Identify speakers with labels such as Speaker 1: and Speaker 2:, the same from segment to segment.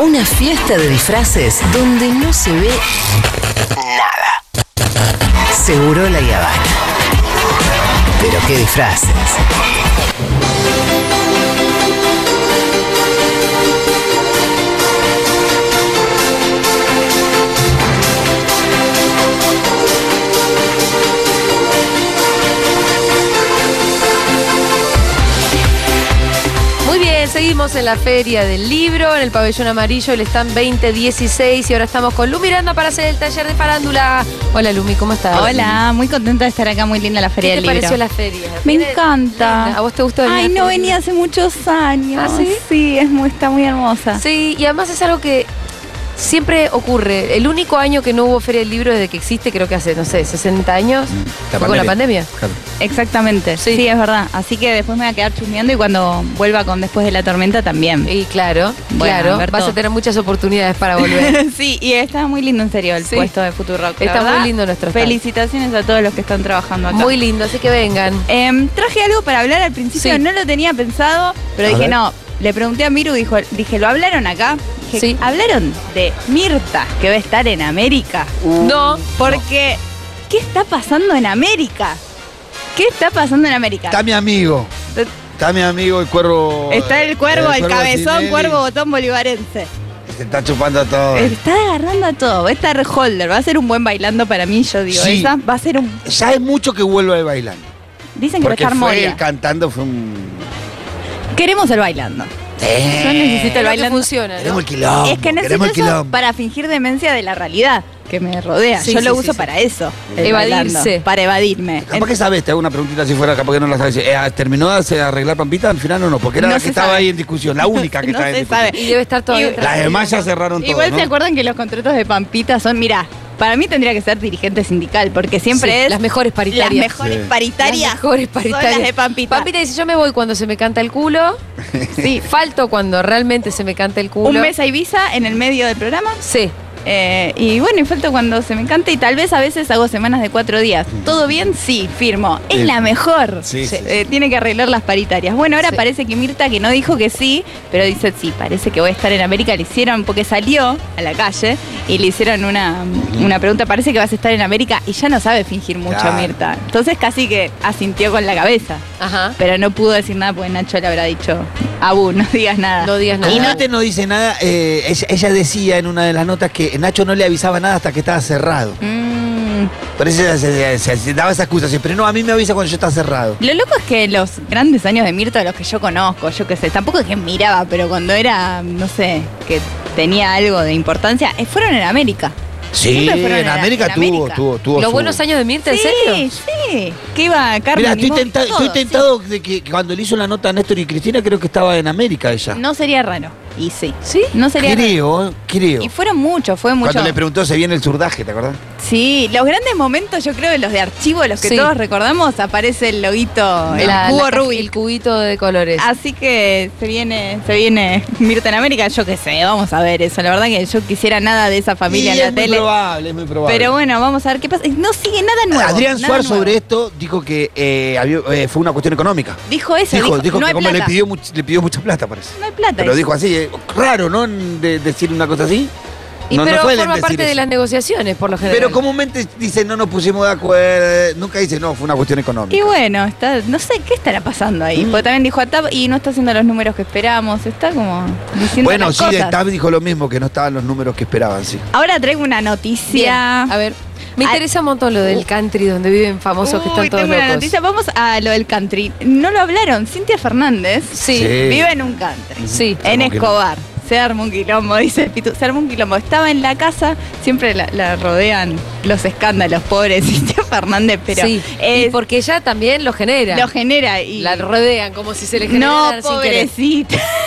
Speaker 1: Una fiesta de disfraces donde no se ve nada. Seguro la Yavana. Pero qué disfraces.
Speaker 2: Muy bien, seguimos en la Feria del Libro, en el Pabellón Amarillo, el stand 2016 y ahora estamos con Lu Miranda para hacer el taller de farándula. Hola Lumi, ¿cómo estás?
Speaker 3: Hola, muy contenta de estar acá, muy linda la
Speaker 2: ¿Qué
Speaker 3: Feria
Speaker 2: te
Speaker 3: del Libro.
Speaker 2: pareció la feria?
Speaker 3: Me
Speaker 2: Mira,
Speaker 3: encanta.
Speaker 2: linda. ¿A vos te gustó venir
Speaker 3: Ay,
Speaker 2: a la
Speaker 3: no
Speaker 2: feria?
Speaker 3: venía hace muchos años.
Speaker 2: ¿Ah, sí?
Speaker 3: es muy, está muy hermosa.
Speaker 2: Sí, y además es algo que siempre ocurre. El único año que no hubo Feria del Libro desde que existe, creo que hace, no sé, 60 años,
Speaker 3: Mm,
Speaker 2: fue con la pandemia.
Speaker 4: Claro.
Speaker 3: Exactamente.
Speaker 2: Sí.
Speaker 3: Sí. es verdad. Así que después me voy a quedar chusmeando y cuando vuelva con Después de la Tormenta también.
Speaker 2: Y claro,
Speaker 3: Bueno,
Speaker 2: claro,
Speaker 3: Alberto.
Speaker 2: vas a tener muchas oportunidades para volver.
Speaker 3: sí, y está muy lindo en serio el
Speaker 2: Sí.
Speaker 3: puesto de Futurock. la
Speaker 2: Está muy
Speaker 3: verdad.
Speaker 2: lindo nuestro stand.
Speaker 3: Felicitaciones a todos los que están trabajando acá.
Speaker 2: Muy lindo, así que vengan.
Speaker 3: Em, traje algo para hablar al principio,
Speaker 2: Sí.
Speaker 3: no lo tenía pensado, pero
Speaker 4: A
Speaker 3: dije
Speaker 4: ver.
Speaker 3: no. Le pregunté a Miru, dijo, dije, ¿lo hablaron acá? Dije,
Speaker 2: Sí.
Speaker 3: Hablaron de Mirta, que va a estar en América.
Speaker 2: No,
Speaker 3: Porque, ¿qué está pasando en América? ¿Qué está pasando en América?
Speaker 4: Está mi amigo.
Speaker 3: Eh,
Speaker 4: Está mi amigo el cuervo.
Speaker 3: Está el cuervo, el, cabezón,
Speaker 4: Tinelli,
Speaker 3: cuervo botón bolivarense.
Speaker 4: Se está chupando a todo.
Speaker 3: Está agarrando a todo, va a estar holder, va a ser un buen bailando para mí, yo digo.
Speaker 4: Sí.
Speaker 3: Esa va a ser un.
Speaker 4: Ya es mucho que vuelve al bailando.
Speaker 3: Dicen que va a
Speaker 4: Porque
Speaker 3: estar
Speaker 4: fue
Speaker 3: Moria.
Speaker 4: el cantando, fue un.
Speaker 3: Queremos el bailando. Yo necesito el
Speaker 2: lo que
Speaker 3: bailando.
Speaker 2: funciona, Eh, ¿no?
Speaker 4: Queremos el quilombo.
Speaker 3: Es que necesito
Speaker 4: queremos el
Speaker 3: eso
Speaker 4: quilombo.
Speaker 3: para fingir demencia de la realidad que me rodea.
Speaker 2: Sí,
Speaker 3: Yo
Speaker 2: sí,
Speaker 3: lo
Speaker 2: sí,
Speaker 3: uso
Speaker 2: sí.
Speaker 3: para eso. el
Speaker 2: Evadirse.
Speaker 3: bailando, Para evadirme.
Speaker 4: Capaz que sabes, te hago una preguntita si fuera, capaz que no la sabes. Eh, ¿Terminó de hacer- arreglar Pampita al final o no? Porque era
Speaker 3: No
Speaker 4: la
Speaker 3: se
Speaker 4: que estaba
Speaker 3: sabe.
Speaker 4: ahí en discusión, la única que
Speaker 3: No
Speaker 4: estaba en
Speaker 3: se
Speaker 4: discusión.
Speaker 3: sabe.
Speaker 2: Y debe estar todavía.
Speaker 3: Y-
Speaker 2: atrás.
Speaker 4: Las demás ya cerraron todo.
Speaker 3: Igual
Speaker 4: ¿no?
Speaker 3: se acuerdan que los contratos de Pampita son, mira, para mí tendría que ser dirigente sindical, porque siempre
Speaker 2: Sí,
Speaker 3: es
Speaker 2: las mejores
Speaker 3: las
Speaker 2: paritarias.
Speaker 3: mejores
Speaker 4: Sí.
Speaker 3: paritarias.
Speaker 2: Las mejores
Speaker 3: son las
Speaker 2: paritarias.
Speaker 3: de Pampita.
Speaker 2: Pampita dice, yo me voy cuando se me canta el culo. Sí, falto cuando realmente se me canta el culo.
Speaker 3: Un mes a Ibiza en el medio del programa.
Speaker 2: Sí.
Speaker 3: eh, y bueno, y falta cuando se me encanta y tal vez a veces hago semanas de cuatro días. ¿Todo bien? Sí, firmo. Es
Speaker 4: Sí.
Speaker 3: la mejor.
Speaker 4: Sí, sí,
Speaker 3: Eh, tiene que arreglar las paritarias. Bueno, ahora
Speaker 2: Sí.
Speaker 3: parece que Mirta, que no dijo que sí, pero dice sí, parece que voy a estar en América. Le hicieron, porque salió a la calle y le hicieron una, una pregunta. Parece que vas a estar en América y ya no sabe fingir mucho
Speaker 4: Claro.
Speaker 3: Mirta. Entonces casi que asintió con la cabeza.
Speaker 2: Ajá.
Speaker 3: Pero no pudo decir nada porque Nacho le habrá dicho, Abu, no digas nada.
Speaker 2: No digas
Speaker 4: Como
Speaker 2: nada.
Speaker 4: Nate no dice nada, eh, ella, ella decía en una de las notas que Nacho no le avisaba nada hasta que estaba cerrado.
Speaker 3: Mm.
Speaker 4: Por eso se, se- se- se daba esa excusa siempre. No, a mí me avisa cuando yo está cerrado.
Speaker 3: Lo loco es que los grandes años de Mirta, los que yo conozco, yo qué sé, tampoco es que miraba, pero cuando era, no sé, que tenía algo de importancia, eh, fueron en América.
Speaker 4: Sí,
Speaker 3: Siempre fueron
Speaker 4: en
Speaker 3: en la-
Speaker 4: América,
Speaker 3: en
Speaker 4: tuvo,
Speaker 3: América.
Speaker 4: tuvo, tuvo.
Speaker 2: Los
Speaker 4: su-
Speaker 2: buenos años de Mirta, ¿en
Speaker 3: sí,
Speaker 2: serio?
Speaker 3: sí. Que iba Carmen.
Speaker 4: Mira,
Speaker 3: y
Speaker 4: estoy,
Speaker 3: Mo-
Speaker 4: tenta-
Speaker 3: todo,
Speaker 4: estoy tentado de que que cuando le hizo la nota a Néstor y Cristina, creo que estaba en América ella.
Speaker 3: sí. No sería raro. Y sí.
Speaker 2: Sí.
Speaker 3: No sería raro.
Speaker 4: creo, creo.
Speaker 3: Y fueron muchos, fue mucho.
Speaker 4: Cuando le preguntó se viene el surdaje, ¿te acordás?
Speaker 3: Sí, los grandes momentos, yo creo, de los de archivo, los que
Speaker 2: Sí.
Speaker 3: todos recordamos, aparece el loguito,
Speaker 2: La-
Speaker 3: el cubo
Speaker 2: la-
Speaker 3: Rubik. Ah,
Speaker 2: El cubito de colores.
Speaker 3: Así que se viene, se viene Mirta en América, yo qué sé, vamos a ver eso. La verdad que yo quisiera nada de esa familia en
Speaker 4: Y
Speaker 3: la
Speaker 4: es muy
Speaker 3: tele.
Speaker 4: probable, es muy probable. Eh,
Speaker 3: Pero bueno, vamos a ver qué pasa. Y No sigue nada nuevo.
Speaker 4: Adrián
Speaker 3: nada
Speaker 4: Suárez
Speaker 3: nuevo.
Speaker 4: sobre esto dijo que eh, había- eh, fue una cuestión económica.
Speaker 3: Dijo eso,
Speaker 4: Dijo,
Speaker 3: dijo, no
Speaker 4: dijo, que
Speaker 3: hay
Speaker 4: como
Speaker 3: plata.
Speaker 4: le pidió, much- le pidió mucha plata, parece.
Speaker 3: No hay plata.
Speaker 4: Pero
Speaker 3: dijo.
Speaker 4: dijo así, eh, raro, ¿no? De decir una cosa así.
Speaker 2: y
Speaker 4: No- no
Speaker 2: pero
Speaker 4: suelen
Speaker 2: forma
Speaker 4: decir
Speaker 2: parte de
Speaker 4: eso.
Speaker 2: las negociaciones, por lo general.
Speaker 4: Pero comúnmente dicen, no nos pusimos de acuerdo. eh, Nunca dice, no, fue una cuestión económica.
Speaker 3: Y bueno, está, no sé qué estará pasando
Speaker 4: Mm.
Speaker 3: ahí. Porque también dijo Atab y no está haciendo los números que esperamos. Está como diciendo
Speaker 4: Bueno,
Speaker 3: las
Speaker 4: sí,
Speaker 3: cosas.
Speaker 4: de Tab dijo lo mismo, que no estaban los números que esperaban, sí.
Speaker 3: Ahora traigo una
Speaker 2: Bien,
Speaker 3: noticia.
Speaker 2: A ver. Me
Speaker 3: Ah.
Speaker 2: interesa un montón lo del country donde viven famosos que
Speaker 3: Uy,
Speaker 2: están todos
Speaker 3: tengo una
Speaker 2: locos.
Speaker 3: noticia. Vamos a lo del country. No lo hablaron. Cintia Fernández
Speaker 2: Sí.
Speaker 4: Sí.
Speaker 3: vive en un country.
Speaker 2: Sí.
Speaker 3: En
Speaker 4: Armó un
Speaker 3: Escobar. Se arma un quilombo, dice Pitu. Se arma un quilombo. Estaba en la casa, siempre la, la rodean los escándalos, pobres Cintia Fernández, pero
Speaker 2: sí.
Speaker 3: eh,
Speaker 2: y porque ella también lo genera.
Speaker 3: lo genera y.
Speaker 2: la rodean como si se le
Speaker 3: no,
Speaker 2: generara sin querer.
Speaker 3: pobrecita.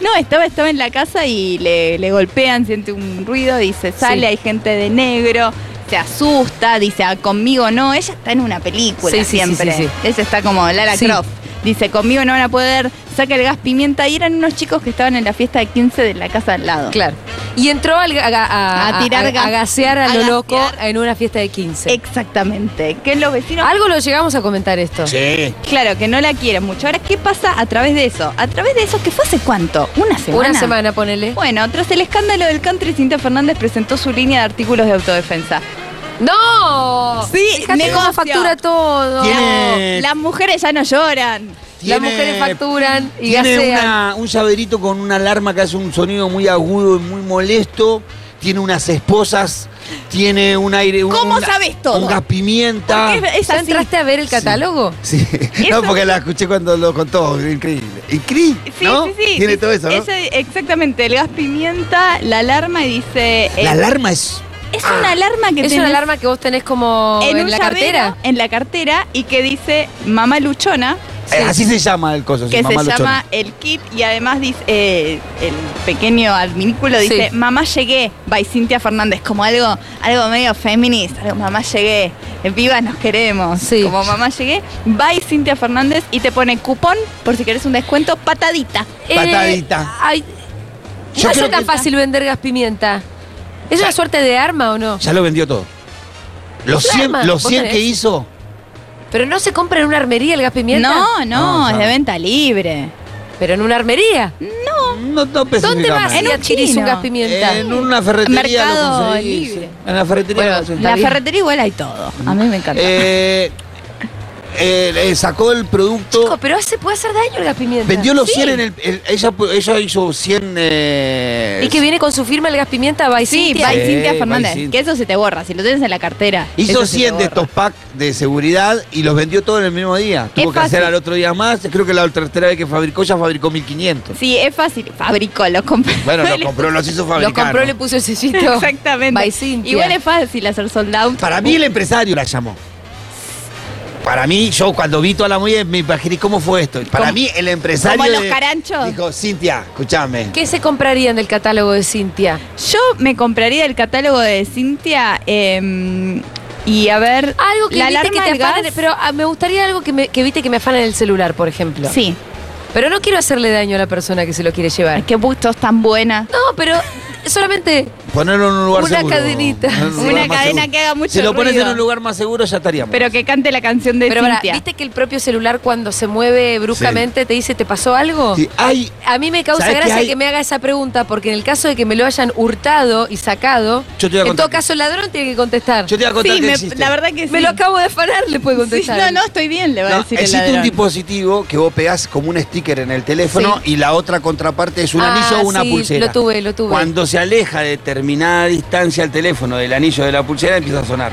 Speaker 3: No, estaba, estaba en la casa y le, le golpean, siente un ruido, dice, sale,
Speaker 2: Sí.
Speaker 3: hay gente de negro, se asusta, dice, "Ah, conmigo no, ella está en una película
Speaker 2: Sí, sí, sí,
Speaker 3: siempre.
Speaker 2: sí,
Speaker 3: Ella está como Lara
Speaker 2: Sí.
Speaker 3: Croft. Dice, conmigo no van a poder, saca el gas pimienta. Y eran unos chicos que estaban en la fiesta de 15 de la casa al lado.
Speaker 2: Claro. Y entró al ga- a,
Speaker 3: A tirar gas.
Speaker 2: a gasear a
Speaker 3: A
Speaker 2: lo
Speaker 3: gasear. Eh,
Speaker 2: loco en una fiesta de 15.
Speaker 3: Exactamente. Que los vecinos.
Speaker 2: Algo lo llegamos a comentar esto.
Speaker 4: Sí.
Speaker 3: Ah, Claro, que no la quieren mucho. Ahora, ¿qué pasa a través de eso? A través de eso, que fue hace cuánto? ¿Una semana?
Speaker 2: Una semana, ponele.
Speaker 3: Bueno, tras el escándalo del country, Cintia Fernández presentó su línea de artículos de autodefensa.
Speaker 2: ¡No!
Speaker 3: Sí,
Speaker 2: Fíjate cómo
Speaker 3: negocio.
Speaker 2: factura todo.
Speaker 4: Tiene- Eh.
Speaker 3: Las mujeres ya no lloran.
Speaker 2: Las
Speaker 4: Tiene-
Speaker 2: mujeres facturan y
Speaker 4: Tiene
Speaker 2: gasean.
Speaker 4: una- un llaverito con una alarma que hace un sonido muy agudo y muy molesto. Tiene unas esposas. Tiene un aire. un-
Speaker 3: ¿Cómo
Speaker 4: un-
Speaker 3: sabes todo?
Speaker 4: Un gas pimienta.
Speaker 3: Porque es, es
Speaker 2: ¿Ya
Speaker 3: así.
Speaker 2: entraste a ver el catálogo?
Speaker 4: Sí, no, porque la escuché cuando lo contó, increíble. Increíble,
Speaker 3: Sí,
Speaker 4: ¿no?
Speaker 3: sí, sí.
Speaker 4: Tiene
Speaker 3: Es-
Speaker 4: todo eso, ¿no?
Speaker 3: ese- exactamente, el gas pimienta, la alarma y dice... eh,
Speaker 4: La alarma es...
Speaker 3: es una alarma que
Speaker 2: Es
Speaker 3: tenés
Speaker 2: una alarma que vos tenés como en,
Speaker 3: un
Speaker 2: la
Speaker 3: llavero,
Speaker 2: cartera.
Speaker 3: En la cartera y que dice mamá luchona.
Speaker 4: eh, así se llama el coso, sí,
Speaker 3: que se
Speaker 4: mamá luchona.
Speaker 3: llama el kit y además dice eh, el pequeño adminículo
Speaker 2: Sí.
Speaker 3: dice mamá llegué by Cintia Fernández como algo algo medio feminista algo, mamá llegué eh, vivas nos queremos
Speaker 2: Sí.
Speaker 3: como mamá llegué by Cintia Fernández y te pone cupón por si querés un descuento patadita
Speaker 4: Patadita.
Speaker 2: Eh, ay,
Speaker 4: Yo
Speaker 2: no
Speaker 4: creo
Speaker 2: es tan
Speaker 4: que- Ah.
Speaker 2: fácil vender gas pimienta. ¿Es una suerte de arma o no?
Speaker 4: Ya lo vendió todo. Los
Speaker 2: Es un
Speaker 4: 100,
Speaker 2: arma,
Speaker 4: los
Speaker 2: vos
Speaker 4: 100 que
Speaker 2: tenés.
Speaker 4: hizo,
Speaker 2: Pero no se compra en una armería el gas pimienta.
Speaker 3: no, no
Speaker 4: No,
Speaker 3: es
Speaker 4: no.
Speaker 3: de venta libre
Speaker 2: Pero en una armería.
Speaker 4: no, no
Speaker 2: ¿Dónde
Speaker 4: especificamos.
Speaker 2: vas
Speaker 3: En
Speaker 2: y
Speaker 3: un
Speaker 2: adquirís un
Speaker 3: chino.
Speaker 2: gas pimienta?
Speaker 4: En una ferretería
Speaker 3: Mercado
Speaker 4: lo conseguís,
Speaker 3: Libre.
Speaker 4: sí. En la ferretería
Speaker 2: Bueno,
Speaker 4: lo conseguís.
Speaker 3: en
Speaker 2: Está
Speaker 3: la
Speaker 2: bien.
Speaker 3: ferretería igual hay todo a mí me encanta
Speaker 4: Eh, eh, eh, sacó el producto...
Speaker 2: Chico, pero se puede hacer daño el gas pimienta.
Speaker 4: Vendió los
Speaker 2: Sí.
Speaker 4: 100 en el... el- ella, ella hizo 100... eh,
Speaker 2: Y que viene con su firma el gas pimienta, va
Speaker 3: Sí,
Speaker 2: Cintia.
Speaker 3: by
Speaker 4: Sí,
Speaker 3: Cintia
Speaker 4: by
Speaker 3: Fernández.
Speaker 4: Eh, Cintia.
Speaker 3: Que eso se te borra. Si lo tenés en la cartera.
Speaker 4: Hizo
Speaker 3: eso se te
Speaker 4: 100 de
Speaker 3: borra.
Speaker 4: estos packs de seguridad y los vendió todos en el mismo día. Tuvo que
Speaker 3: fácil.
Speaker 4: hacer al otro día más. Creo que la tercera vez que fabricó ya fabricó 1500.
Speaker 3: Sí, es fácil. Fabricó, los compró.
Speaker 4: Bueno, los compró, los hizo
Speaker 2: Los
Speaker 4: fabricar.
Speaker 2: compró,
Speaker 4: ¿no?
Speaker 2: le puso el sellito.
Speaker 3: Exactamente.
Speaker 2: By Cintia.
Speaker 3: Igual es fácil hacer sold out.
Speaker 4: Para mí el empresario la llamó. Para mí, yo cuando vi toda la movida me imaginé cómo fue esto. Para
Speaker 3: ¿Cómo?
Speaker 4: mí el empresario...
Speaker 3: ¿Como los
Speaker 4: de-
Speaker 3: caranchos?
Speaker 4: Dijo, Cintia, escúchame.
Speaker 2: ¿Qué se comprarían del catálogo de Cintia?
Speaker 3: Yo me compraría el catálogo de Cintia eh, y a ver.
Speaker 2: Algo que
Speaker 3: la
Speaker 2: viste que
Speaker 3: alarma
Speaker 2: te
Speaker 3: del gas.
Speaker 2: afanen, pero ah, me gustaría algo que, me- que viste que me afanan el celular, por ejemplo.
Speaker 3: Sí,
Speaker 2: Pero no quiero hacerle daño a la persona que se lo quiere llevar.
Speaker 3: qué gustos tan buena.
Speaker 2: No, pero solamente
Speaker 4: Ponerlo en un lugar
Speaker 2: Una
Speaker 4: seguro.
Speaker 2: cadenita.
Speaker 4: En un lugar
Speaker 3: Una
Speaker 4: más
Speaker 3: cadena
Speaker 4: seguro.
Speaker 3: que haga mucho
Speaker 4: Si lo pones
Speaker 3: ruido.
Speaker 4: en un lugar más seguro ya estaríamos.
Speaker 3: Pero que cante la canción de
Speaker 2: Pero pará,
Speaker 3: Cintia.
Speaker 2: viste que el propio celular cuando se mueve bruscamente te dice, ¿te pasó algo?
Speaker 4: Sí, hay-
Speaker 2: A mí me causa
Speaker 4: ¿Sabés qué
Speaker 2: gracia
Speaker 4: hay?
Speaker 2: que me haga esa pregunta, porque en el caso de que me lo hayan hurtado y sacado,
Speaker 4: Yo te voy a
Speaker 2: en
Speaker 4: contar.
Speaker 2: todo caso el ladrón tiene que contestar.
Speaker 4: Yo te iba a contar
Speaker 3: sí,
Speaker 4: que
Speaker 3: me-
Speaker 4: existe.
Speaker 3: la verdad que sí.
Speaker 2: Me lo acabo de afanar, le puedo
Speaker 3: Sí,
Speaker 2: contestar.
Speaker 3: No, no, estoy bien, le va
Speaker 4: No,
Speaker 3: a decir el
Speaker 4: existe un
Speaker 3: ladrón.
Speaker 4: dispositivo que vos pegás como un sticker en el teléfono y la otra contraparte es un
Speaker 2: Ah,
Speaker 4: anillo o una
Speaker 2: sí,
Speaker 4: pulsera.
Speaker 2: lo tuve, lo tuve.
Speaker 4: Cuando se aleja de determinada distancia el teléfono del anillo de la pulsera empieza a sonar.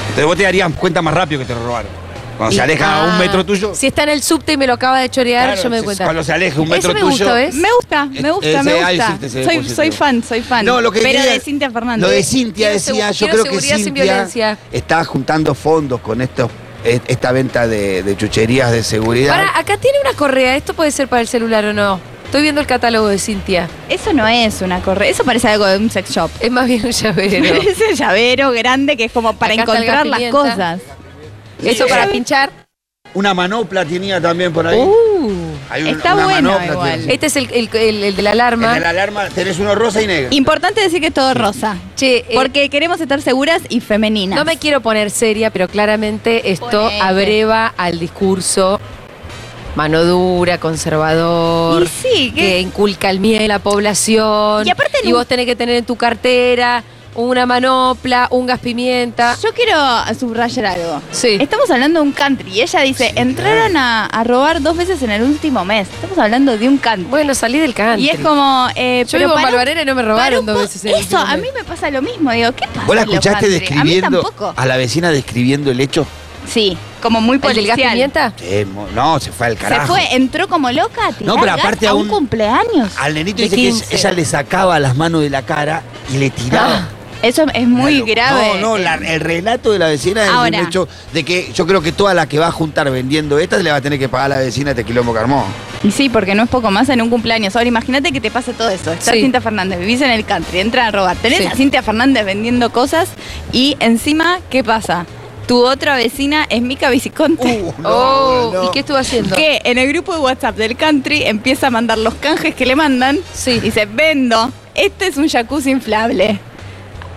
Speaker 4: Entonces vos te darías cuenta más rápido que te lo robaron. Cuando se aleja a un metro tuyo.
Speaker 2: Ah. Si está en el subte y me lo acaba de chorear,
Speaker 4: claro,
Speaker 2: yo me doy
Speaker 4: si-
Speaker 2: cuenta.
Speaker 4: Cuando se aleja un metro
Speaker 2: Eso me
Speaker 4: tuyo.
Speaker 2: gustó, ¿ves?
Speaker 3: Me gusta, me gusta,
Speaker 4: Ese-
Speaker 3: me
Speaker 4: ahí
Speaker 3: gusta.
Speaker 4: existe ese
Speaker 3: Soy,
Speaker 4: dispositivo.
Speaker 3: soy fan, soy fan.
Speaker 4: No, lo que
Speaker 3: Pero
Speaker 4: quería-
Speaker 3: de Cintia Fernández.
Speaker 4: Lo de Cintia
Speaker 2: Quiero
Speaker 4: decía,
Speaker 2: segu-
Speaker 4: yo
Speaker 2: quiero
Speaker 4: creo que
Speaker 2: seguridad sin
Speaker 4: Cintia
Speaker 2: violencia.
Speaker 4: está juntando fondos con estos, e- esta venta de, de chucherías de seguridad.
Speaker 2: Pará, acá tiene una correa, esto puede ser para el celular o no. Estoy viendo el catálogo de Cintia.
Speaker 3: Eso no es una correa, eso parece algo de un sex shop.
Speaker 2: Es más bien un llavero.
Speaker 3: Parece el llavero grande que es como para
Speaker 2: Acá está el
Speaker 3: encontrar
Speaker 2: gas
Speaker 3: las
Speaker 2: pimienta.
Speaker 3: cosas.
Speaker 2: Eso para
Speaker 3: Sí.
Speaker 2: pinchar.
Speaker 4: Una manopla tenía también por ahí.
Speaker 2: Uh.
Speaker 4: Hay
Speaker 3: está bueno
Speaker 4: manopla,
Speaker 3: igual.
Speaker 4: tiene-
Speaker 2: Este es el, el- el- el de la
Speaker 4: En
Speaker 2: alarma.
Speaker 4: el alarma tenés uno rosa y negro.
Speaker 3: Importante decir que es todo rosa.
Speaker 2: Che, eh,
Speaker 3: Porque queremos estar seguras y femeninas.
Speaker 2: no me quiero poner seria, pero claramente esto
Speaker 3: Ponete.
Speaker 2: abreva al discurso mano dura, conservador.
Speaker 3: Y sí,
Speaker 2: que
Speaker 3: que-
Speaker 2: inculca el miedo a la población.
Speaker 3: Y aparte en
Speaker 2: y
Speaker 3: un-
Speaker 2: vos tenés que tener en tu cartera una manopla, un gas pimienta.
Speaker 3: Yo quiero subrayar algo.
Speaker 2: Sí.
Speaker 3: Estamos hablando de un country y ella dice, entraron a, a robar dos veces en el último mes. Estamos hablando de un country.
Speaker 2: Bueno, salí del country.
Speaker 3: Y es como... eh,
Speaker 2: Yo
Speaker 3: pero
Speaker 2: vivo en
Speaker 3: para un-
Speaker 2: Balvanera y no me
Speaker 3: para
Speaker 2: robaron
Speaker 3: un
Speaker 2: dos
Speaker 3: po-
Speaker 2: veces. en el
Speaker 3: Eso,
Speaker 2: último
Speaker 3: a
Speaker 2: mes.
Speaker 3: mí me pasa lo mismo. Digo, ¿qué pasa?
Speaker 4: ¿Vos la
Speaker 3: en los
Speaker 4: escuchaste
Speaker 3: country? A mí
Speaker 4: describiendo
Speaker 3: tampoco.
Speaker 4: a la vecina describiendo el hecho?
Speaker 3: Sí, como muy
Speaker 2: ¿El del gas
Speaker 3: policial.
Speaker 2: pimienta?
Speaker 4: Sí, mo- no, se fue al
Speaker 3: Se
Speaker 4: carajo.
Speaker 3: fue, entró como loca a tirar
Speaker 4: No, pero
Speaker 3: gas
Speaker 4: aparte
Speaker 3: a
Speaker 4: a
Speaker 3: un,
Speaker 4: un-
Speaker 3: cumpleaños.
Speaker 4: Al nenito
Speaker 2: De
Speaker 4: dice que
Speaker 2: 15.
Speaker 4: ella le sacaba las manos de la cara y le
Speaker 3: Ah,
Speaker 4: tiraba.
Speaker 3: Eso es muy
Speaker 4: Claro.
Speaker 3: grave.
Speaker 4: No, no, la- el relato de la vecina es
Speaker 3: Ahora.
Speaker 4: un hecho de que yo creo que toda la que va a juntar vendiendo estas le va a tener que pagar a la vecina este quilombo que armó.
Speaker 3: Y sí, porque no es poco más en un cumpleaños. Ahora imagínate que te pase todo eso. Está
Speaker 2: Sí.
Speaker 3: Cintia Fernández, vivís en el country, entra a robar. Tenés
Speaker 2: Sí.
Speaker 3: a Cintia Fernández vendiendo cosas y encima, ¿qué pasa? Tu otra vecina es Mica Viciconte.
Speaker 4: Uh,
Speaker 2: oh,
Speaker 4: no, no.
Speaker 2: ¿y qué estuvo haciendo?
Speaker 3: Que en el grupo de WhatsApp del country empieza a mandar los canjes que le mandan.
Speaker 2: Sí.
Speaker 3: Dice, vendo, este es un jacuzzi inflable.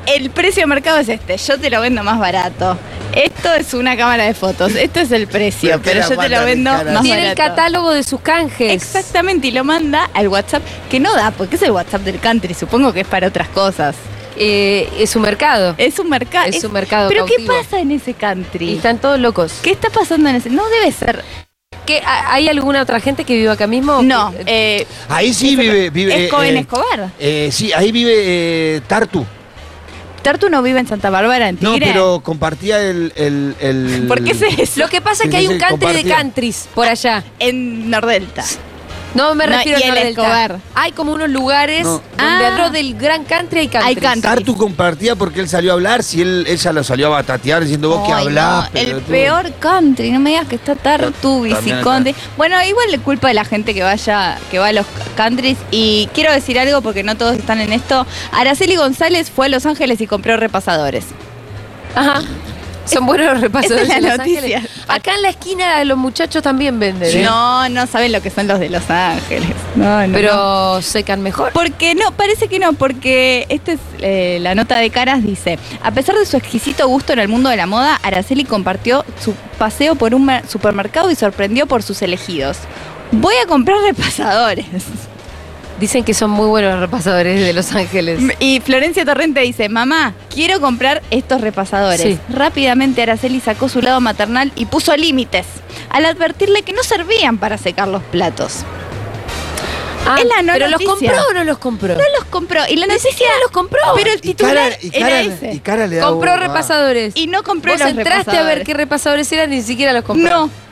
Speaker 3: El precio de mercado es este, yo te lo vendo más barato. Esto es una cámara de fotos, esto es el precio,
Speaker 4: Pero qué
Speaker 3: pero, yo
Speaker 4: la
Speaker 3: te lo
Speaker 4: guata de
Speaker 3: vendo
Speaker 4: cara.
Speaker 3: más
Speaker 2: Tiene el
Speaker 3: barato.
Speaker 2: catálogo de sus canjes.
Speaker 3: Exactamente, y lo manda al WhatsApp, que no da, porque es el WhatsApp del country, supongo que es para otras cosas.
Speaker 2: Eh, es su mercado.
Speaker 3: Es un mercado.
Speaker 2: Es un mercado
Speaker 3: Pero
Speaker 2: cautivo.
Speaker 3: ¿qué pasa en ese
Speaker 2: Y
Speaker 3: country?
Speaker 2: están todos locos.
Speaker 3: ¿Qué está pasando en ese? No debe ser.
Speaker 2: ¿Qué, a- ¿Hay alguna otra gente que viva acá mismo?
Speaker 3: No,
Speaker 2: Eh,
Speaker 3: eh,
Speaker 4: Ahí sí vive. vive
Speaker 3: es Cohen
Speaker 4: eh,
Speaker 3: Escobar.
Speaker 4: eh, sí, ahí vive eh, Tartu.
Speaker 3: Tartu no vive en Santa Bárbara, en
Speaker 4: No,
Speaker 3: Tigre.
Speaker 4: pero compartía el. el, el-
Speaker 3: ¿Por qué se
Speaker 2: Lo que pasa es que
Speaker 4: Sí,
Speaker 2: hay
Speaker 4: sí,
Speaker 2: un country de
Speaker 4: compartía.
Speaker 2: countries por allá.
Speaker 3: En Nordelta.
Speaker 2: No me
Speaker 3: No,
Speaker 2: refiero
Speaker 3: y
Speaker 2: a
Speaker 3: el Escobar.
Speaker 2: Hay como unos lugares
Speaker 4: No.
Speaker 2: donde
Speaker 3: Ah.
Speaker 2: atrás del gran country hay countries.
Speaker 3: Hay country.
Speaker 4: Tartu compartía porque él salió a hablar, si él, ella lo salió a batatear diciendo vos que
Speaker 3: Ay,
Speaker 4: hablás.
Speaker 3: no, el
Speaker 4: pelotudo".
Speaker 3: peor country, no me digas que está Tartu,
Speaker 4: También está.
Speaker 3: Viciconte. Bueno, igual le culpa de la gente que vaya, que va a los countries. Y quiero decir algo porque no todos están en esto. Araceli González fue a Los Ángeles y compró repasadores.
Speaker 2: Ajá. Son buenos los repasos.
Speaker 3: esa es
Speaker 2: de
Speaker 3: la
Speaker 2: Los Ángeles.
Speaker 3: noticia.
Speaker 2: Acá en la esquina los muchachos también venden. ¿eh?
Speaker 3: No, no saben lo que son los de Los Ángeles. No, no, no.
Speaker 2: Pero secan mejor.
Speaker 3: Porque no, parece que no, porque esta es eh, la nota de caras, dice, a pesar de su exquisito gusto en el mundo de la moda, Araceli compartió su paseo por un mer- supermercado y sorprendió por sus elegidos. Voy a comprar repasadores.
Speaker 2: Dicen que son muy buenos los repasadores de Los Ángeles.
Speaker 3: Y Florencia Torrente dice, mamá, quiero comprar estos repasadores.
Speaker 2: Sí.
Speaker 3: Rápidamente Araceli sacó su lado maternal y puso límites, al advertirle que no servían para secar los platos.
Speaker 2: Ah,
Speaker 3: es la no
Speaker 2: ¿Pero los
Speaker 3: noticia.
Speaker 2: compró o no los compró?
Speaker 3: No los compró. Y la noticia los compró. Pero el
Speaker 4: Y
Speaker 3: titular
Speaker 4: cara, y cara-
Speaker 3: era ese.
Speaker 4: y cara le da
Speaker 2: compró
Speaker 4: boba.
Speaker 2: repasadores.
Speaker 3: Y no compró
Speaker 2: Vos
Speaker 3: los
Speaker 2: entraste a ver qué repasadores eran ni siquiera los compró.
Speaker 3: No,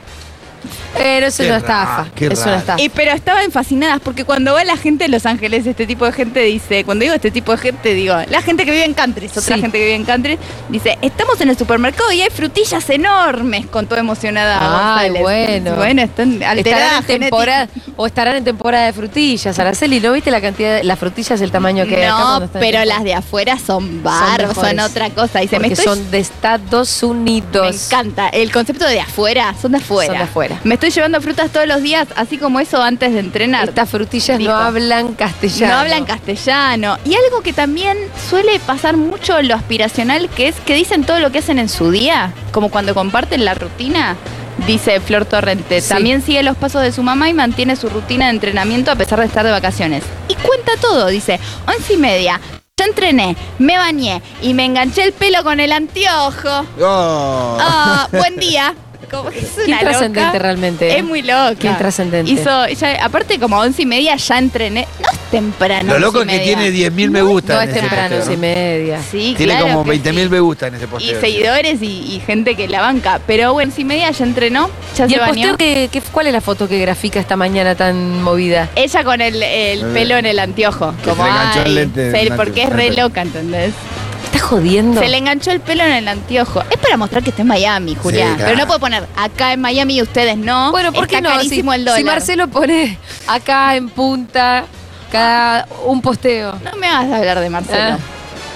Speaker 2: Pero eso
Speaker 4: Qué
Speaker 2: es una
Speaker 4: raro,
Speaker 2: estafa.
Speaker 4: qué
Speaker 2: Es una
Speaker 4: raro.
Speaker 2: estafa.
Speaker 3: y, pero estaban fascinadas porque cuando va la gente de Los Ángeles, este tipo de gente dice, cuando digo este tipo de gente, digo, la gente que vive en countries, otra
Speaker 2: Sí.
Speaker 3: gente que vive en countries, dice, estamos en el supermercado y hay frutillas enormes, con toda emocionada.
Speaker 2: Ay,
Speaker 3: González.
Speaker 2: bueno.
Speaker 3: Bueno, están alteradas
Speaker 2: Estarán en temporada, o estarán en temporada de frutillas. Araceli, ¿no viste la cantidad de las frutillas, el tamaño que hay acá cuando están
Speaker 3: No,
Speaker 2: en
Speaker 3: pero
Speaker 2: temporada?
Speaker 3: las de afuera son barros, son,
Speaker 2: mejores.
Speaker 3: otra cosa. Dice, me
Speaker 2: Porque
Speaker 3: estoy
Speaker 2: son de Estados
Speaker 3: Me
Speaker 2: Unidos.
Speaker 3: encanta. El concepto de afuera, son de afuera.
Speaker 2: Son de afuera.
Speaker 3: Me estoy llevando frutas todos los días, así como eso antes de entrenar.
Speaker 2: Estas frutillas
Speaker 3: Dijo.
Speaker 2: no hablan castellano.
Speaker 3: No hablan castellano. Y algo que también suele pasar mucho en lo aspiracional, que es que dicen todo lo que hacen en su día, como cuando comparten la rutina. Dice Flor Torrente,
Speaker 2: Sí.
Speaker 3: también sigue los pasos de su mamá y mantiene su rutina de entrenamiento a pesar de estar de vacaciones. Y cuenta todo, dice, once y media, yo entrené, me bañé y me enganché el pelo con el anteojo.
Speaker 4: Oh.
Speaker 3: Ah, buen día. Como que es
Speaker 2: Qué
Speaker 3: una
Speaker 2: trascendente
Speaker 3: loca.
Speaker 2: realmente. ¿eh?
Speaker 3: Es muy loca.
Speaker 2: Qué intrascendente.
Speaker 3: Hizo, ella, aparte como a once y media ya entrené. No es temprano.
Speaker 4: Lo loco es
Speaker 3: once y media.
Speaker 4: que tiene 10.000 me gusta.
Speaker 2: No
Speaker 4: en
Speaker 2: es
Speaker 4: ese
Speaker 2: temprano,
Speaker 4: posteo.
Speaker 2: once y media.
Speaker 3: Sí,
Speaker 4: Tiene
Speaker 3: claro
Speaker 4: como
Speaker 3: que
Speaker 4: 20.000
Speaker 3: sí.
Speaker 4: me gusta en ese
Speaker 3: Y
Speaker 4: posteo.
Speaker 3: seguidores y, y gente que la banca. Pero bueno, once y media ya entrenó, ya
Speaker 2: ¿Y
Speaker 3: se
Speaker 2: el
Speaker 3: bañó.
Speaker 2: posteo que, que- cuál es la foto que grafica esta mañana tan movida?
Speaker 3: Ella con el, el
Speaker 4: Eh,
Speaker 3: pelo en el anteojo.
Speaker 4: que
Speaker 3: Como,
Speaker 4: se le enganchó el
Speaker 3: ay,
Speaker 4: lente
Speaker 3: se-
Speaker 4: del
Speaker 3: porque es
Speaker 4: anteojo.
Speaker 3: re loca, ¿entendés?
Speaker 2: ¿Me estás jodiendo?
Speaker 3: Se le enganchó el pelo en el anteojo. Es para mostrar que está en Miami, Julián.
Speaker 4: claro.
Speaker 3: Pero no puede poner acá en Miami y ustedes no.
Speaker 2: Bueno, ¿por qué
Speaker 3: Está
Speaker 2: no? Si,
Speaker 3: carísimo el
Speaker 2: si
Speaker 3: dólar.
Speaker 2: Marcelo pone acá en punta cada un posteo.
Speaker 3: No me hagas hablar de Marcelo.
Speaker 2: Ah,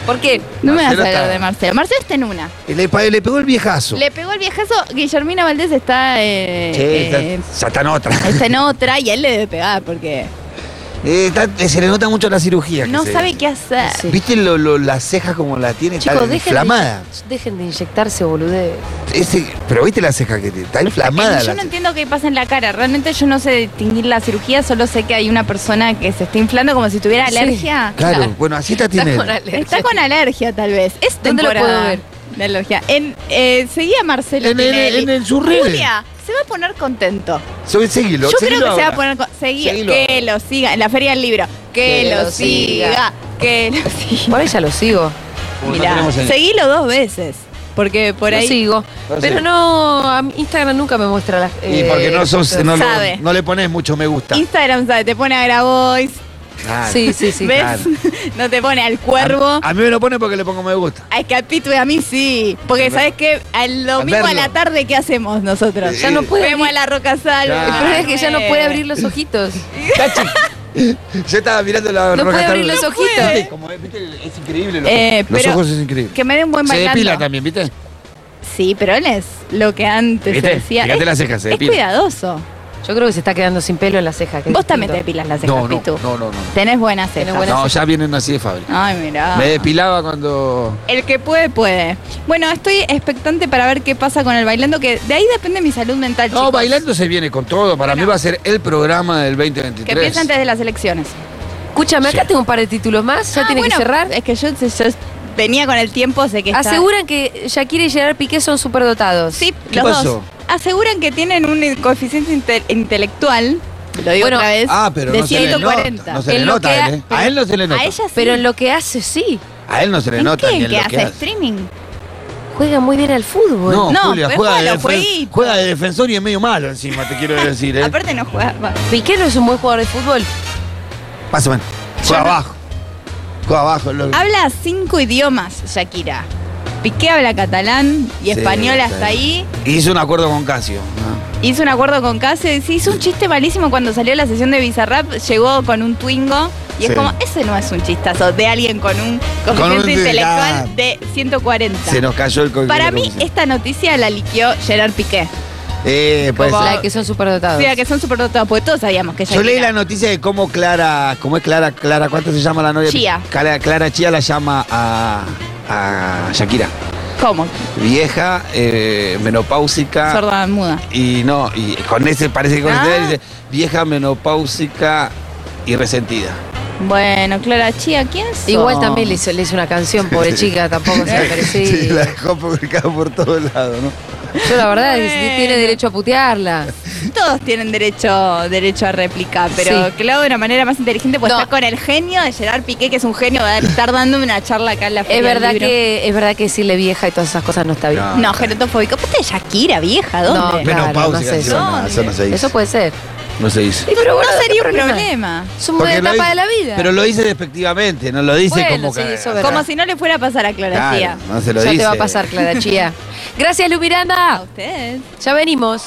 Speaker 2: ¿Por qué?
Speaker 3: No me hagas
Speaker 4: Marcelo
Speaker 3: hablar
Speaker 4: está-
Speaker 3: de Marcelo. Marcelo está en una.
Speaker 4: Y Le, pa- le pegó el viejazo.
Speaker 3: Le pegó el viejazo. Guillermina Valdés está, eh,
Speaker 4: Sí,
Speaker 3: eh,
Speaker 4: está- ya está en otra.
Speaker 3: está en otra y a él le debe pegar porque
Speaker 4: Eh, está- se le nota mucho la cirugía. que
Speaker 3: no
Speaker 4: se-
Speaker 3: sabe qué hacer.
Speaker 2: Sí.
Speaker 4: ¿Viste lo- lo- las cejas como las tiene?
Speaker 2: Chicos,
Speaker 4: está
Speaker 2: dejen de,
Speaker 4: inflamada.
Speaker 2: dejen de inyectarse, boludez.
Speaker 4: Ese- pero viste la ceja que tiene. Está
Speaker 3: yo
Speaker 4: inflamada. la
Speaker 3: no
Speaker 4: ceja.
Speaker 3: entiendo qué pasa en la cara. Realmente yo no sé distinguir la cirugía, solo sé que hay una persona que se está inflando como si tuviera
Speaker 2: Sí.
Speaker 3: alergia.
Speaker 4: Claro, bueno, así está tiene.
Speaker 2: Está con alergia.
Speaker 3: Está con alergia tal vez. Es
Speaker 2: ¿Dónde lo
Speaker 3: temporada
Speaker 2: puedo ver?
Speaker 3: De alergia. En, eh, seguí a Marcelo.
Speaker 4: En- en-
Speaker 3: Tinelli.
Speaker 4: en- en sus redes.
Speaker 3: Julia, se va a poner contento.
Speaker 4: Soy- seguilo,
Speaker 3: Yo creo
Speaker 4: seguilo
Speaker 3: que se va a
Speaker 4: ahora.
Speaker 3: poner. con- Seguí,
Speaker 4: Seguilo.
Speaker 3: que lo siga. En la Feria del Libro. Que,
Speaker 2: Que
Speaker 3: lo,
Speaker 2: lo
Speaker 3: siga.
Speaker 2: siga.
Speaker 3: Que lo siga.
Speaker 2: Por ella lo sigo.
Speaker 4: Como no
Speaker 3: Mirá,
Speaker 4: tenemos en-
Speaker 3: seguilo dos veces. Porque por
Speaker 2: lo
Speaker 3: ahí.
Speaker 2: sigo.
Speaker 4: No sé.
Speaker 2: Pero no, a mí Instagram nunca me muestra las.
Speaker 4: Y porque no, sos-
Speaker 2: eh,
Speaker 4: no, lo-
Speaker 3: sabe.
Speaker 4: no le pones mucho me gusta.
Speaker 3: Instagram sabe, te pone a Grabois.
Speaker 4: Claro.
Speaker 2: Sí, sí, sí.
Speaker 3: ¿Ves?
Speaker 4: claro.
Speaker 3: No te pone al cuervo.
Speaker 4: A, a mí me lo pone porque le pongo me gusta.
Speaker 3: A Escapito y a mí sí. Porque
Speaker 4: A ver.
Speaker 3: sabes que al domingo a,
Speaker 4: verlo.
Speaker 3: la tarde, ¿qué hacemos nosotros?
Speaker 4: Ya no
Speaker 2: puede
Speaker 3: Vemos a
Speaker 2: abrir.
Speaker 3: la Roca Sal.
Speaker 4: Claro.
Speaker 2: El problema es que ya no puede
Speaker 3: Ah.
Speaker 2: abrir los ojitos.
Speaker 4: Yo estaba mirando la
Speaker 2: No
Speaker 4: roca
Speaker 2: puede abrir
Speaker 4: tarde.
Speaker 2: los
Speaker 4: ¿Viste?
Speaker 2: ojitos.
Speaker 4: Como es, ¿viste? Es increíble. Los,
Speaker 3: Eh,
Speaker 4: los
Speaker 3: pero
Speaker 4: ojos es increíble.
Speaker 3: Que me dé un buen
Speaker 4: Se
Speaker 3: bailando.
Speaker 4: depila también, ¿viste?
Speaker 3: Sí, pero él es lo que antes
Speaker 4: ¿Viste?
Speaker 3: se decía.
Speaker 4: Fíjate
Speaker 3: es,
Speaker 4: las cejas, se
Speaker 3: es
Speaker 4: depila.
Speaker 3: cuidadoso.
Speaker 2: Yo creo que se está quedando sin pelo en la ceja. que es
Speaker 3: Vos también te
Speaker 2: distinto.
Speaker 3: depilas las cejas,
Speaker 4: No, no,
Speaker 3: Pitu.
Speaker 4: no, no, no.
Speaker 3: Tenés buenas cejas.
Speaker 2: Tenés buenas
Speaker 4: No, ya vienen así de fábrica.
Speaker 3: Ay, mirá.
Speaker 4: Me depilaba cuando.
Speaker 3: El que puede, puede. Bueno, estoy expectante para ver qué pasa con el bailando, que de ahí depende mi salud mental.
Speaker 4: No,
Speaker 3: chicos.
Speaker 4: Oh, bailando se viene con todo. Para mí va a ser el programa del 2023.
Speaker 3: Que empieza antes de las elecciones.
Speaker 2: Escúchame, acá
Speaker 4: Sí.
Speaker 2: tengo un par de títulos más. Ya
Speaker 3: Ah,
Speaker 2: tiene
Speaker 3: bueno,
Speaker 2: que cerrar.
Speaker 3: Es que yo, yo venía con el tiempo, sé que está-
Speaker 2: Aseguran que Shakira y Gerard Piqué son superdotados.
Speaker 3: Sí,
Speaker 4: ¿Qué
Speaker 3: los
Speaker 4: pasó?
Speaker 3: dos. Aseguran que tienen un coeficiente inte- intelectual, lo digo
Speaker 2: Bueno,
Speaker 3: otra vez,
Speaker 4: Ah, pero
Speaker 3: de
Speaker 4: no se, le
Speaker 3: 140.
Speaker 4: nota, no se le
Speaker 2: En lo
Speaker 4: nota
Speaker 2: que
Speaker 4: a
Speaker 2: ha-
Speaker 4: él, ¿eh? A él no se le nota.
Speaker 3: A ella sí.
Speaker 2: Pero en lo que hace, sí.
Speaker 4: A él no se le
Speaker 3: ¿En
Speaker 4: nota.
Speaker 3: qué?
Speaker 4: ni en
Speaker 3: ¿Qué
Speaker 4: lo
Speaker 3: hace? ¿Streaming?
Speaker 2: Juega muy bien al fútbol.
Speaker 4: No,
Speaker 3: No,
Speaker 4: Julia,
Speaker 3: pero
Speaker 4: juega, de
Speaker 3: juega los
Speaker 4: defen-
Speaker 3: jueguitos.
Speaker 4: juega de defensor y es medio malo encima, te quiero decir. ¿eh?
Speaker 3: Aparte no juega. va.
Speaker 2: Piqué no es un buen jugador de fútbol.
Speaker 4: Más o menos. Juega abajo. Juega abajo. lo-
Speaker 3: Habla cinco idiomas, Shakira. Piqué habla catalán y
Speaker 4: Sí,
Speaker 3: español
Speaker 4: está
Speaker 3: hasta ahí.
Speaker 4: bien. Hizo un acuerdo con Casio. ¿no?
Speaker 3: Hizo un acuerdo con Casio y se hizo un chiste malísimo cuando salió la sesión de Bizarrap. Llegó con un twingo y
Speaker 4: Sí.
Speaker 3: es como, ese no es un chistazo de alguien con un coeficiente
Speaker 4: un-
Speaker 3: intelectual
Speaker 4: ah.
Speaker 3: de 140.
Speaker 4: Se nos cayó el coche.
Speaker 3: Para mí, esta noticia la liquió Gerard Piqué.
Speaker 4: Eh, puede
Speaker 2: Como
Speaker 4: ser.
Speaker 2: la que son superdotados.
Speaker 3: O sea, que son súper dotados, porque todos sabíamos que
Speaker 4: Yo
Speaker 3: Shakira.
Speaker 4: leí la noticia de cómo Clara, cómo es Clara, Clara, ¿cuánto se llama la novia?
Speaker 3: Chía.
Speaker 4: Clara, Clara Chía la llama a, a Shakira.
Speaker 3: ¿Cómo?
Speaker 4: Vieja, eh, menopáusica.
Speaker 3: Sorda muda.
Speaker 4: Y no, y con ese parece que con
Speaker 3: Ah.
Speaker 4: ese dice vieja menopáusica y resentida.
Speaker 3: Bueno, Clara Chía, ¿quién es?
Speaker 2: Igual también le hizo, le hizo una canción, pobre chica, tampoco se ha
Speaker 4: Sí,
Speaker 2: parecido.
Speaker 4: la dejó publicada por todos lados, ¿no?
Speaker 2: Yo la verdad es que
Speaker 3: Bueno.
Speaker 2: tiene derecho a putearla.
Speaker 3: Todos tienen derecho, derecho a réplica, pero
Speaker 2: Sí.
Speaker 3: que lo haga de una manera más inteligente, pues
Speaker 2: No.
Speaker 3: está con el genio de Gerard Piqué, que es un genio, va a estar dándome una charla acá en la Feria
Speaker 2: Es
Speaker 3: del
Speaker 2: verdad
Speaker 3: Libro.
Speaker 2: que es verdad que decirle vieja y todas esas cosas no está bien.
Speaker 4: No.
Speaker 3: No, gerentofóbico. Aparte de Shakira, vieja, ¿dónde?
Speaker 2: No,
Speaker 3: No,
Speaker 2: Claro,
Speaker 4: menopáusica,
Speaker 2: no sé
Speaker 4: sí, no, no, eso no se dice.
Speaker 2: Eso puede ser.
Speaker 4: No se dice.
Speaker 2: pero bueno,
Speaker 3: sería un
Speaker 2: ¿qué problema?
Speaker 3: problema.
Speaker 2: Es una
Speaker 4: Porque lo
Speaker 2: etapa
Speaker 4: dice-
Speaker 2: de la vida.
Speaker 4: Pero lo dice despectivamente, no lo dice
Speaker 2: Bueno,
Speaker 4: como
Speaker 2: sí,
Speaker 4: que.
Speaker 2: eso es verdad.
Speaker 3: Como si no le fuera a pasar a Clara
Speaker 4: Claro,
Speaker 3: Chía.
Speaker 4: no se lo
Speaker 2: ya
Speaker 4: dice.
Speaker 2: te va a pasar, Clara Chía. Gracias, Lu
Speaker 3: A
Speaker 2: Miranda.
Speaker 3: ustedes.
Speaker 2: Ya venimos.